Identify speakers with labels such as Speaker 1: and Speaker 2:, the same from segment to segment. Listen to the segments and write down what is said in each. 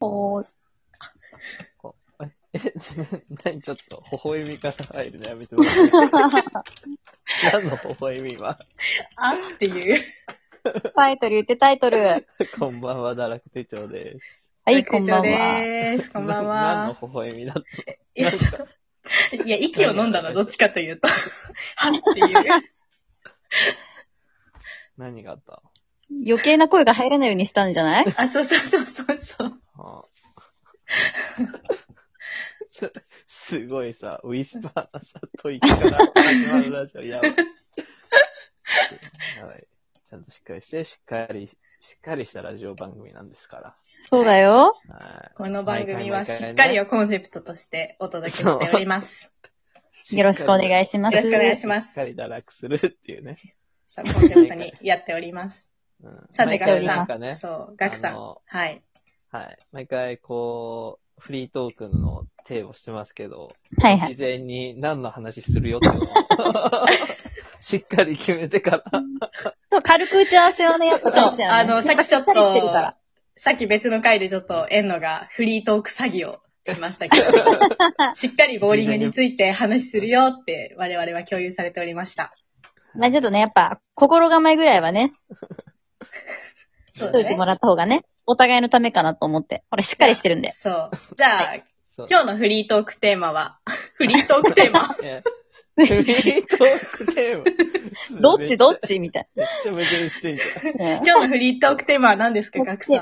Speaker 1: ほー、
Speaker 2: え、 なにちょっと、微笑みから入るのやめてもらっていい何の微笑みは
Speaker 1: あっていう。
Speaker 3: タイトル言ってタイトル。は
Speaker 2: こんばんは、堕落手帳です。
Speaker 3: い、こんばんは。
Speaker 1: でーす。こんばん
Speaker 2: な
Speaker 1: は。
Speaker 2: 何の微笑みだっ
Speaker 1: いや、ちょっといや息を飲んだな、どっちかというと。 はっていう。
Speaker 2: 何があった
Speaker 3: 余計な声が入らないようにしたんじゃない
Speaker 1: あ、そうそうそうそうそう。
Speaker 2: はあ すすごいさ、ウィスパーなさ、吐息から始まるラジオ、やばい。やばい。ちゃんとしっかりして、しっかり、しっかりしたラジオ番組なんですか
Speaker 3: そうだよ。
Speaker 2: ら。はい。
Speaker 1: この番組はしっかりをコンセプトとしてお届けしております。
Speaker 3: よろしくお願いしま
Speaker 1: よ
Speaker 3: す。
Speaker 1: ろしくお願いし
Speaker 3: ま
Speaker 1: ます
Speaker 2: しっ。かり堕落するっていうね。
Speaker 1: さあ、コンセプトにやっております。
Speaker 2: うん
Speaker 1: さ
Speaker 2: 毎
Speaker 1: て、ガ
Speaker 2: 回
Speaker 1: ク
Speaker 2: な
Speaker 1: さ
Speaker 2: んか
Speaker 1: ん。
Speaker 2: ね、
Speaker 1: そう、ガクさ
Speaker 2: あ
Speaker 1: ん。
Speaker 2: の
Speaker 1: はい。
Speaker 2: はい。毎回、こう、フリートークンの手をしてますけど、
Speaker 3: はいはい
Speaker 2: 事前に何の話するよっていう のをしっかり決めてから、
Speaker 3: そう、軽く打ち合わせをね、やっぱ
Speaker 1: そ
Speaker 3: そう
Speaker 1: う、
Speaker 3: だよね。
Speaker 1: あの、さっきちょっと
Speaker 3: しっかりしてるから、
Speaker 1: さっき別の回でちょっと、エンノがフリートーク詐欺をしました けど、しっかりボーリングについて話するよって我々は共有されておりました。
Speaker 3: まあちょっとね、やっぱ、心構えぐらいはね、
Speaker 1: そ
Speaker 3: し
Speaker 1: う
Speaker 3: と
Speaker 1: だ
Speaker 3: いて
Speaker 1: ね
Speaker 3: も。らった方がね、お互いのためかなと思って。ほら、しっかりしてるんで。
Speaker 1: そう。じゃあ、
Speaker 2: そう
Speaker 1: 今日のフリートークテーマは、フリートークテ ーマ
Speaker 2: えフリートークテーマ。
Speaker 3: どっちどっ
Speaker 2: ち
Speaker 3: ちみたい
Speaker 2: めっちゃ矛盾してんじゃん。い
Speaker 3: な。
Speaker 1: 今日のフリートークテーマは何ですか、ガクさん。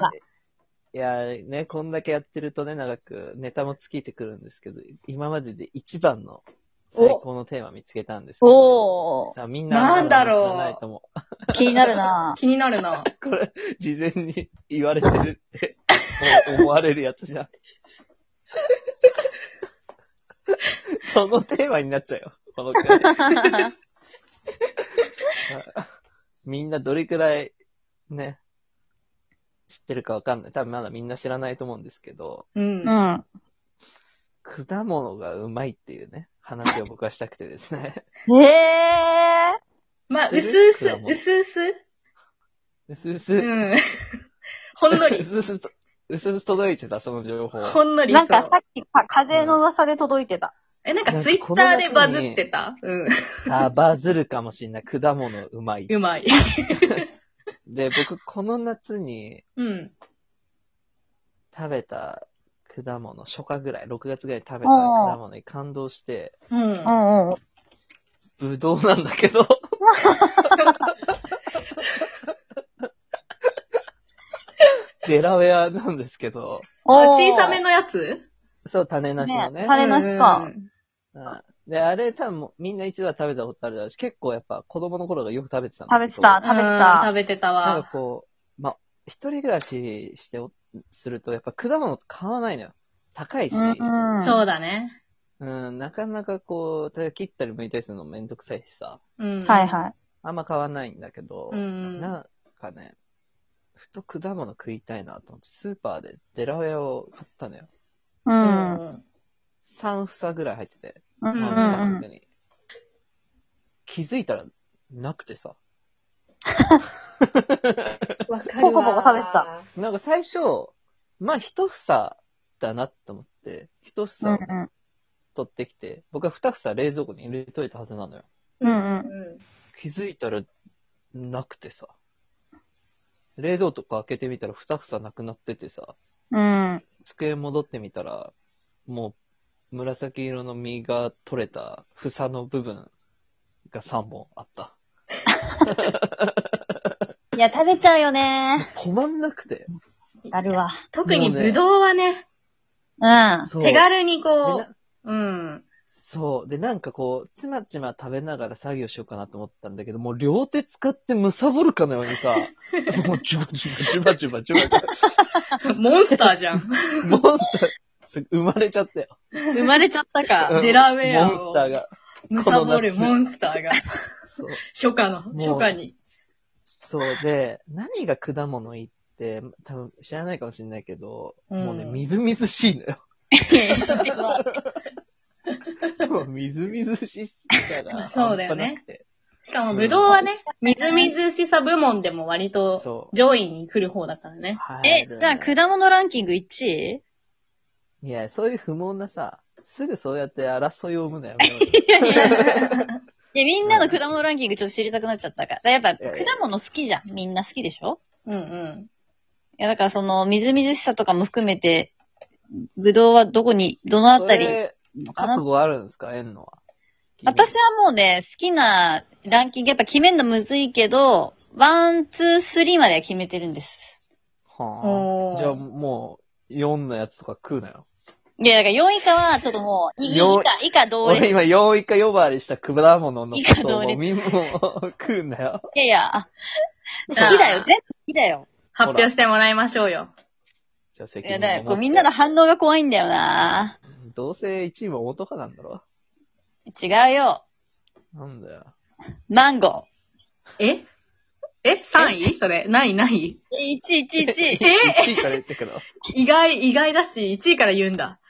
Speaker 2: やーね、こんだけやってるとね、長くネタも尽きてくるんですけど、今までで一番の最高のテーマ見つけたんですけど、
Speaker 3: おー、
Speaker 2: あみんなあ
Speaker 1: なんだろう
Speaker 2: 知らないと思う。
Speaker 3: 気になる な
Speaker 1: 気になるな。
Speaker 2: これ、事前に言われてるって、思われるやつじゃん。そのテーマになっちゃうよ、この回。みんなどれくらい、ね、知ってるかわかんない。多分まだみんな知らないと思うんですけど、
Speaker 1: う。
Speaker 3: うんん。
Speaker 2: 果物がうまいっていうね、話を僕はしたくてですね。
Speaker 3: え
Speaker 1: まあ、
Speaker 2: 知ってる
Speaker 1: うすうす
Speaker 2: 果、物
Speaker 1: うすうす。
Speaker 2: うすうす、う
Speaker 1: うん。 ほんのり。
Speaker 2: すうすと、うすうす届いてた、その情報。
Speaker 1: ほんの
Speaker 3: ー。
Speaker 1: り
Speaker 3: なん
Speaker 1: そ
Speaker 3: か
Speaker 1: う
Speaker 3: さ。っき、か風の噂で届いてた。
Speaker 1: え、なんかツイッターでバズってたうん。
Speaker 2: あー、バズるかもしんない。果物うまい。
Speaker 1: うまい。
Speaker 2: で、僕、この夏に
Speaker 1: うん。
Speaker 2: 食べた果物、初夏ぐらい、6月ぐらいに食べた
Speaker 3: おー
Speaker 2: 果物に感動して、
Speaker 1: うん。
Speaker 3: うんうん。
Speaker 2: ぶどうなんだ けど、デラウェアなんですけど、
Speaker 3: おー
Speaker 1: 小さめのやつ
Speaker 2: そう、種なしのね。
Speaker 3: ね種なしか
Speaker 1: うん
Speaker 2: うんで、あれ多分みんな一度は食べたことあるだろうし、結構やっぱ子供の頃がよく食べてたんだ
Speaker 3: 食
Speaker 2: け
Speaker 3: べ
Speaker 2: ど
Speaker 3: てた、食べて
Speaker 1: うん
Speaker 3: た
Speaker 1: 食。べて
Speaker 2: な
Speaker 1: た
Speaker 2: ん
Speaker 1: わ
Speaker 2: か。こう、まあ、一人暮らししてお、すると、やっぱ果物買わないのよ。高いし。
Speaker 3: うんうん
Speaker 1: そうだね。
Speaker 2: うん、なかなかこう、例えば切ったり剥いたりするのめんどくさいしさ、
Speaker 1: うん。
Speaker 3: はいはい。
Speaker 2: あんま買わないんだけど、
Speaker 1: うん
Speaker 2: なんかね、ふと果物食いたいなと思って、スーパーでデラウェアを買ったのよ。
Speaker 3: う。
Speaker 1: うんん。
Speaker 2: 3房ぐらい入ってて、
Speaker 3: うん
Speaker 1: う
Speaker 2: 真
Speaker 1: んうん
Speaker 3: う
Speaker 2: 中
Speaker 1: ん
Speaker 2: の
Speaker 3: ん
Speaker 2: 中に。気づいたら、なくてさ。
Speaker 1: わか
Speaker 3: ポコポコ食べてた。
Speaker 2: なんか最初、まあ一房だなと思って、一
Speaker 3: う
Speaker 2: 房
Speaker 3: ん
Speaker 2: を取ってきて、僕は二房冷蔵庫に入れといたはずなのよ。
Speaker 3: うんうん。
Speaker 2: 気づいたら、なくてさ。冷蔵庫開けてみたら、ふさふさなくなっててさ。
Speaker 3: うん。
Speaker 2: 机戻ってみたら、もう、紫色の実が取れた、房の部分が3本あった。
Speaker 3: いや、食べちゃうよね。
Speaker 2: 止まんなくて。
Speaker 3: あるわ。
Speaker 1: 特にブドウはね、
Speaker 3: うん。
Speaker 2: そう
Speaker 1: 手軽に
Speaker 2: で
Speaker 1: こ
Speaker 2: な
Speaker 1: う、うん。
Speaker 2: そう。で、なんかこう、ちまちま食べながら作業しようかなと思ったんだけど、もう両手使ってむさぼるかのように さ、もうジュバジュバジュバジュバジュバジ
Speaker 1: モンスターじ ゃん。
Speaker 2: ュバ、モンスター、す生まれちゃって。
Speaker 3: 生まれちゃった
Speaker 2: うん
Speaker 3: か。
Speaker 1: デラウェアを
Speaker 2: モンスターが。
Speaker 1: むさぼる
Speaker 2: この夏
Speaker 1: モンスターが。
Speaker 2: そう。
Speaker 1: 初夏の、
Speaker 2: う
Speaker 1: 初夏に。
Speaker 2: そうで、何が果物いいって、多分知らないかもしれないけど、
Speaker 1: うん
Speaker 2: もうね、みずみずしいのよ。
Speaker 1: 知って
Speaker 2: もうみずみずしいから。
Speaker 1: そうだよね
Speaker 2: 半端なくて。
Speaker 1: しかも、ぶどうはね、みずみずしさ部門でも割と
Speaker 2: そ
Speaker 1: 上位に来る方だからね。
Speaker 2: う。
Speaker 3: え、じゃあ
Speaker 2: く
Speaker 3: 果物ランキング1位い
Speaker 2: いや、そういう不毛なさ、すぐそうやって争いを生むなよ。
Speaker 3: や、みんなの果物ランキングちょっと知りたくなっちゃったから。だからやっ
Speaker 2: いや
Speaker 3: ぱ
Speaker 2: い
Speaker 3: 果
Speaker 2: や
Speaker 3: 物好きじゃん。みんな好きでしょ
Speaker 1: うんうん。
Speaker 3: いや、だからその、みずみずしさとかも含めて、ぶどうはどこに、どのあたり
Speaker 2: それ
Speaker 3: のか
Speaker 2: 覚
Speaker 3: な
Speaker 2: 悟あるんですか、えんのは。
Speaker 3: 私はもうね、好きなランキング、やっぱ決めるのむずいけど、ワン、ツー、スリーまでは決めてるんです。
Speaker 2: は
Speaker 1: お
Speaker 2: あ、
Speaker 1: ー
Speaker 2: じゃあもう、4のやつとか食うなよ。
Speaker 3: いや、だから4位以下は、ちょっともう、いい以
Speaker 2: よ
Speaker 3: 下、以下同列。
Speaker 2: 俺
Speaker 3: い
Speaker 2: 今4以下呼ばわりした果物のことを
Speaker 3: いいかどう
Speaker 2: も
Speaker 3: れ
Speaker 2: うみんなもう食うなよ。
Speaker 3: やいや、あ好きだよ、全部好きだよ。
Speaker 1: 発表してもらいましょうよ。
Speaker 2: じゃあ責
Speaker 3: いや、
Speaker 2: 任を
Speaker 3: だか
Speaker 2: 持っ
Speaker 3: ら
Speaker 2: て
Speaker 3: こうみんなの反応が怖いんだよな
Speaker 2: どうせ1位も元かなんだろ
Speaker 3: 違うよ。
Speaker 2: なんだよ。
Speaker 3: マンゴ
Speaker 1: ええ ?3 位それ。ないな
Speaker 3: ー。
Speaker 1: い
Speaker 3: 1、1、1。
Speaker 1: え
Speaker 2: 1位から言ってけど。
Speaker 1: 意外、意外だし、1位から言うんだ。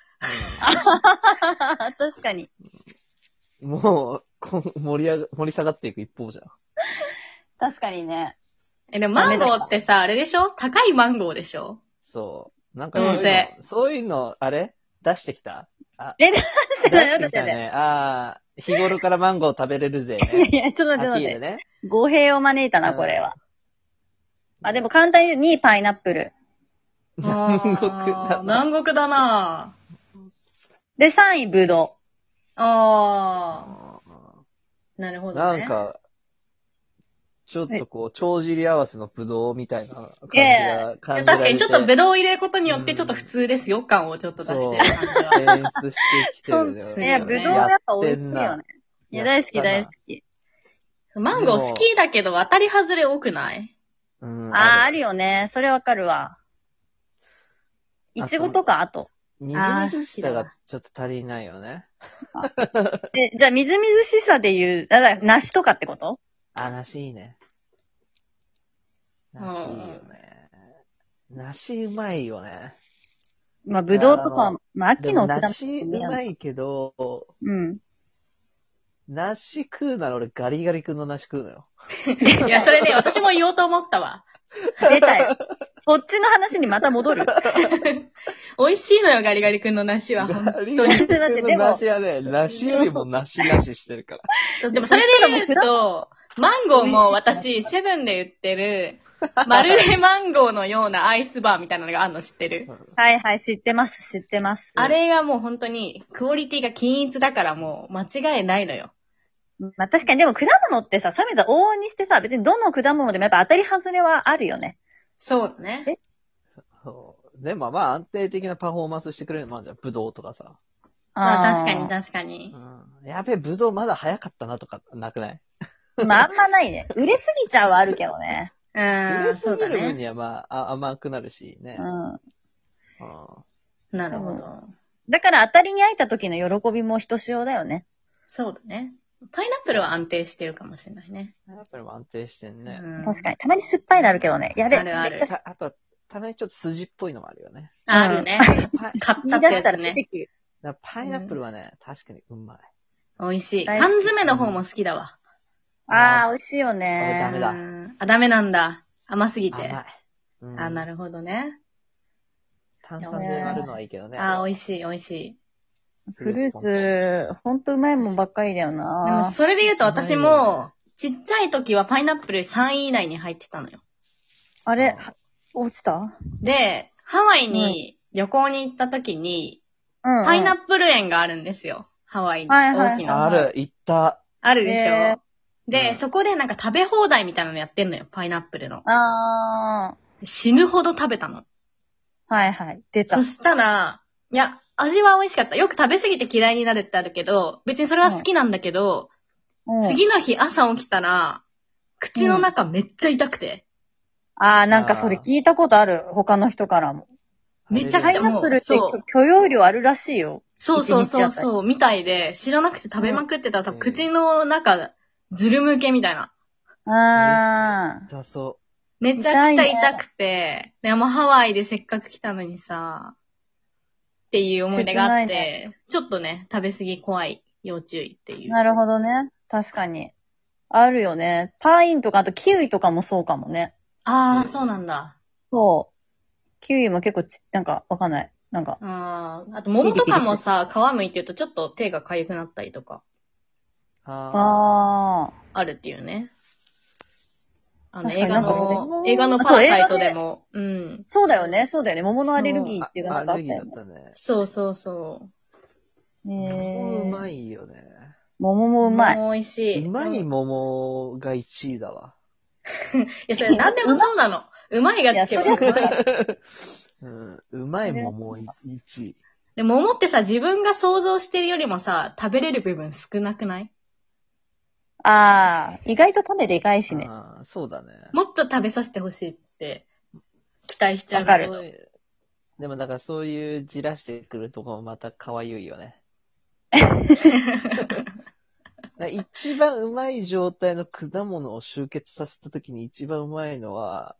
Speaker 3: 確かに。
Speaker 2: うんもう、こん盛り上が、盛り下がっていく一方じゃん。
Speaker 3: 確かにね。
Speaker 1: え、でもマンゴーってさ、あれでしょ高いマンゴーでしょ
Speaker 2: そう。なんか
Speaker 1: どう
Speaker 2: そういう
Speaker 1: せ
Speaker 2: の、そういうの、あれ出してきたあ、
Speaker 3: え、出
Speaker 2: 出
Speaker 3: してない、
Speaker 2: して
Speaker 3: 出
Speaker 2: き
Speaker 3: して
Speaker 2: た
Speaker 3: ない。
Speaker 2: ね。ああ、日頃からマンゴー食べれ るぜ、ね。
Speaker 3: いや、ちょっと
Speaker 2: ア
Speaker 3: 待
Speaker 2: ピ
Speaker 3: って待っ
Speaker 2: ール
Speaker 3: て。
Speaker 2: ね。
Speaker 3: 語弊を招いたな、これは。あ、でも簡単に2位パイナップル。
Speaker 2: 南国
Speaker 1: あー
Speaker 2: だな。
Speaker 1: 南国だな
Speaker 3: で、3位ブド
Speaker 1: あー。なるほど、
Speaker 2: な
Speaker 1: ね。
Speaker 2: ん、か、ちょっとこう、帳尻合わせのブドウみたいな感じ
Speaker 3: いや
Speaker 2: が、感じられ
Speaker 1: 確か
Speaker 2: て
Speaker 1: にちょっとベロを入れることによって、ちょっと普通ですよ感をちょっと出してる感じが。
Speaker 2: 演出してきてる
Speaker 1: そう
Speaker 2: ね。
Speaker 1: そ
Speaker 3: ウ。
Speaker 1: う
Speaker 3: い
Speaker 1: い
Speaker 3: や、
Speaker 1: や
Speaker 3: ブドウ
Speaker 1: ブドウ
Speaker 3: やっぱ美味
Speaker 2: 美味
Speaker 3: し
Speaker 2: し
Speaker 3: い
Speaker 2: い
Speaker 3: よ
Speaker 2: よ
Speaker 3: ね
Speaker 2: ね。
Speaker 3: いや、大好き、大好
Speaker 2: き。
Speaker 3: き。
Speaker 1: マンゴー好きだけど当たり外れ多 くない
Speaker 2: うん、
Speaker 3: あー、あ
Speaker 2: る。
Speaker 3: るよね。それわかるわ。いちごとか、あと。
Speaker 2: みずみずしさがちょっと足りないよね。
Speaker 3: え、じゃあ、みずみずしさで言う、だから、梨とかってこと
Speaker 2: あ、梨いいね。梨いいよね。梨うまいよね。
Speaker 3: まあ、ぶどうとか
Speaker 2: いやあ
Speaker 3: は
Speaker 2: の、
Speaker 3: まあ、秋の
Speaker 2: でも
Speaker 3: 果
Speaker 2: 梨う
Speaker 3: 物
Speaker 2: まいけど、
Speaker 3: うん。
Speaker 2: 梨食うなら俺ガリガリ君の梨食うのよ。
Speaker 1: いや、それね、私も言おうと思ったわ。
Speaker 3: 出たよ。そっちの話にまた戻る。
Speaker 1: 美味しいのよ、ガリガリ君の梨は。本
Speaker 2: ガ
Speaker 1: 当
Speaker 2: リ
Speaker 1: に
Speaker 2: ガ
Speaker 3: だ
Speaker 2: リ
Speaker 3: って
Speaker 2: 君
Speaker 3: で
Speaker 2: の
Speaker 3: も
Speaker 2: 梨はね、梨よりも梨梨してるから。
Speaker 1: そうでもそれで言うと、マンゴーも私、セブンで売ってる、まるでマンゴーのようなアイスバーみたいなのがあるの知ってる
Speaker 3: はいはい、知ってます、知ってます。
Speaker 1: あれがもう本当に、クオリティが均一だからもう間違いないのよ。
Speaker 3: まあ、確かに、でも果物ってさ、冷めた往々にしてさ、別にどの果物でもやっぱ当たり外れはあるよね。
Speaker 1: そうだね。
Speaker 2: そう。でもまあ安定的なパフォーマンスしてくれるのもあるじゃん。ブドウとかさ。
Speaker 1: まあ確か
Speaker 3: ー
Speaker 1: に確かに
Speaker 2: う。ん。やべえ、ブドウまだ早かったなとか、なくない
Speaker 3: まあ、あんまないね。売れすぎちゃうはあるけどね。
Speaker 1: う
Speaker 2: 売
Speaker 1: ー
Speaker 2: れ
Speaker 1: ん、そ
Speaker 2: す
Speaker 1: う
Speaker 2: ぎ
Speaker 1: だ
Speaker 2: る分
Speaker 1: ね。
Speaker 2: にはまあ、あ甘くなるしね
Speaker 3: う。ん。
Speaker 2: うん
Speaker 1: なるほど。
Speaker 3: だから当たりに開いた時の喜びもひとしおだよね。
Speaker 1: そうだね。パイナップルは安定してるかもしれないね。
Speaker 2: やっぱり安定してんね。
Speaker 1: うん
Speaker 3: 確かに。たまに酸っぱいのあるけどね。やべ、
Speaker 1: あるある
Speaker 3: めっちゃ
Speaker 2: たあと、たまにちょっと筋っぽいのもあるよね。
Speaker 1: あるね。
Speaker 2: パイ
Speaker 1: 買っ
Speaker 3: 言
Speaker 1: た
Speaker 3: い出し
Speaker 1: ってや
Speaker 3: たら
Speaker 1: つ
Speaker 3: 出
Speaker 1: ね。
Speaker 3: てくる。
Speaker 2: だからパイナップルはね、確かにうまい。
Speaker 1: 美味しい。
Speaker 3: 大
Speaker 1: 缶
Speaker 3: 好き
Speaker 1: 詰の方も好きだわ。
Speaker 3: ああ、美味しいよ
Speaker 2: ダ
Speaker 3: ね。
Speaker 2: メだ
Speaker 1: うんあ、ダメなんだ。甘すぎ
Speaker 2: 甘
Speaker 1: て。
Speaker 2: い。うん
Speaker 1: あ、なるほどね。
Speaker 2: 炭酸で割るのはいいけどね。
Speaker 1: あー、美味しい、美味しい。
Speaker 2: フ
Speaker 3: フルー
Speaker 2: ポン
Speaker 3: ツ、ほんとうまいもんばっかりだよ
Speaker 1: でも、
Speaker 3: な。
Speaker 1: それで言うと私
Speaker 2: うまいよ
Speaker 1: も、ちっちゃい時はパイナップル3位以内に入ってたのよ。
Speaker 3: あ
Speaker 2: チ
Speaker 3: れ、落ちた
Speaker 1: で、ハワイに旅行に行った時に、
Speaker 3: うん。
Speaker 1: パイナ
Speaker 3: ッ
Speaker 1: ップル園があるんですよ。ハワイに。
Speaker 3: はいはい
Speaker 1: 大きな。
Speaker 2: ある、行った。
Speaker 1: あるでしょ。
Speaker 3: へ
Speaker 1: で、
Speaker 2: うん
Speaker 1: そこでなんか食べ放題みたいなのやってんのよ、パイナップルの。
Speaker 3: あ
Speaker 1: 死ぬほど食べたの。
Speaker 3: あ、はいはい。出た
Speaker 1: そ。したら、いや、味は美味しかった。よく食べ過ぎて嫌いになるってあるけど、別にそれは好きなんだけど、
Speaker 3: うん
Speaker 1: 次の日朝起きたら、口の中めっちゃ痛くて、
Speaker 3: ああ、なんかそれ聞いたことある。他の人からも。
Speaker 1: めちゃ
Speaker 3: パ
Speaker 1: く
Speaker 3: イ
Speaker 1: ちゃ
Speaker 3: ナ
Speaker 1: もう
Speaker 3: ップルって
Speaker 1: そう
Speaker 3: 許許容量あるらしいよ。
Speaker 1: そうそう
Speaker 3: 一日
Speaker 1: そ
Speaker 3: あ
Speaker 1: う
Speaker 3: たり
Speaker 1: そう、みたいで、知らなくて食べまくってたら、
Speaker 2: うん
Speaker 1: 口の中、ずるむけみたいな。
Speaker 3: ああ。
Speaker 2: だそ
Speaker 1: めちゃくちゃ
Speaker 3: 痛いね
Speaker 1: 痛くて、でもハワイでせっかく来たのにさ、っていう思い出があっ
Speaker 3: 切
Speaker 1: て、
Speaker 3: ない
Speaker 1: ちょっとね、食べ過ぎ怖い、要注意っていう。
Speaker 3: なるほどね。確かに。あるよね。パインとか、あとキウイとかもそうかもね。
Speaker 1: ああ、そうなんだ。
Speaker 3: そう。キウイも結構ち、なんかわかんない。なんか、
Speaker 1: ああ、あと桃とかもさ、皮むいてるとちょっと手が痒くなったりとか、
Speaker 2: あ
Speaker 3: あ
Speaker 1: あるっていうね。あの、
Speaker 3: 確か
Speaker 1: 映
Speaker 3: に
Speaker 1: 画
Speaker 3: なんか
Speaker 2: そ
Speaker 1: の、
Speaker 2: れ
Speaker 1: 映画の
Speaker 3: あ
Speaker 1: パ
Speaker 3: そう
Speaker 1: ラ
Speaker 3: 映
Speaker 1: サ
Speaker 3: 画で
Speaker 1: イトでも、うん
Speaker 3: ー。。そうだよね、そうだよね。桃のアレルギーっていうのがな
Speaker 2: あ。
Speaker 3: んかあ
Speaker 2: ア
Speaker 3: っ
Speaker 2: レ
Speaker 3: た
Speaker 2: ルギーだ
Speaker 3: よ
Speaker 2: ったね。
Speaker 1: そうそうそう。
Speaker 3: ね。
Speaker 2: 桃うま
Speaker 3: い。
Speaker 2: いよね。
Speaker 3: 桃もうまい。
Speaker 1: もう美味しい。
Speaker 2: うまい桃が1位だわ。
Speaker 1: いや、それ何でもそうなの。うまいがつけば
Speaker 3: いや
Speaker 1: う
Speaker 3: それは
Speaker 1: まい。
Speaker 2: うん、うまい桃1位。
Speaker 1: で、桃ってさ、自分が想像してるよりもさ、食べれる部分少なくない
Speaker 3: ああ、意外と種でかいしね。
Speaker 2: あーそうだね。
Speaker 1: もっと食べさせてほしいって、期待しちゃう。
Speaker 3: わかる
Speaker 2: そういうでもだからそういうじらしてくるとこもまた可愛いよ ね。だから一番うまい状態の果物を集結させたときに一番うまいのは、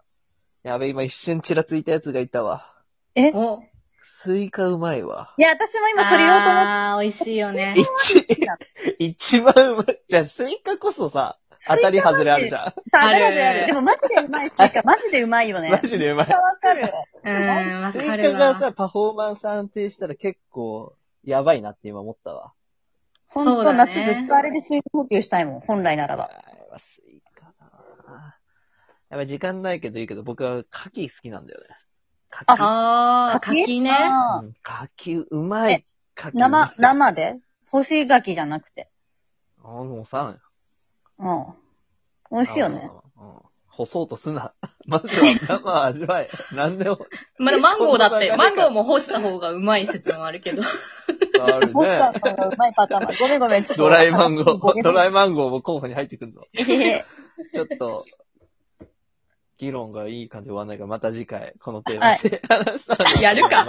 Speaker 2: やべ、今一瞬ちらついたやつがいたわ。
Speaker 1: お、
Speaker 2: スイカうまいわ。
Speaker 3: いや、私も今取りようと思って。
Speaker 1: あー、美味しいよね。
Speaker 2: 一、 一番うまい。じゃあスイカこそさ、当たり外れあるじゃ
Speaker 3: あるあるあ
Speaker 1: ある
Speaker 3: る。でもマジでうまいスイカ、マジでうまいよ
Speaker 2: ん。
Speaker 3: ね。
Speaker 2: マジでうまい
Speaker 3: わ。かる。
Speaker 1: うーん、わ
Speaker 2: スイ
Speaker 1: か
Speaker 2: カ
Speaker 1: る
Speaker 2: が
Speaker 1: わ。
Speaker 2: さ、パフォーマンス安定したら結構、やばいなって今思ったわ。
Speaker 3: ほんと、夏
Speaker 1: そう
Speaker 3: ず
Speaker 1: だね
Speaker 3: っとあれで水分補給したいもん、本来ならば。
Speaker 2: あれはスイカだなやっぱ時間ないけどいいけど、僕は牡蠣好きなんだよね。牡蠣。
Speaker 1: あー、柿ね。
Speaker 3: あー
Speaker 2: うん牡蠣うまい
Speaker 3: え。
Speaker 2: 牡蠣うまい
Speaker 3: 生、。生で干し柿じゃなくて。
Speaker 2: あもうさ、
Speaker 3: うん。美味しいよね。
Speaker 2: あ。うん干そうとすな。 まずは生を味わえ。なんでも。
Speaker 1: まだマンゴーだっ
Speaker 2: こ
Speaker 1: て、
Speaker 2: んな流
Speaker 1: マ
Speaker 2: れ
Speaker 1: ン
Speaker 2: か
Speaker 1: ゴーも干した方がうまい説もあるけど。
Speaker 2: ある
Speaker 3: 干した
Speaker 2: ね。
Speaker 3: のがうまいパターンだ。ごめんご めん、ちょっと。
Speaker 2: ドライマンゴー。ドラ
Speaker 3: イ。
Speaker 2: イマンゴーも候補に入ってくるぞ。
Speaker 3: え
Speaker 2: ちょっと、議論がいい感じで終わらないから、また次回、このテーマで話したいと思います
Speaker 1: やるか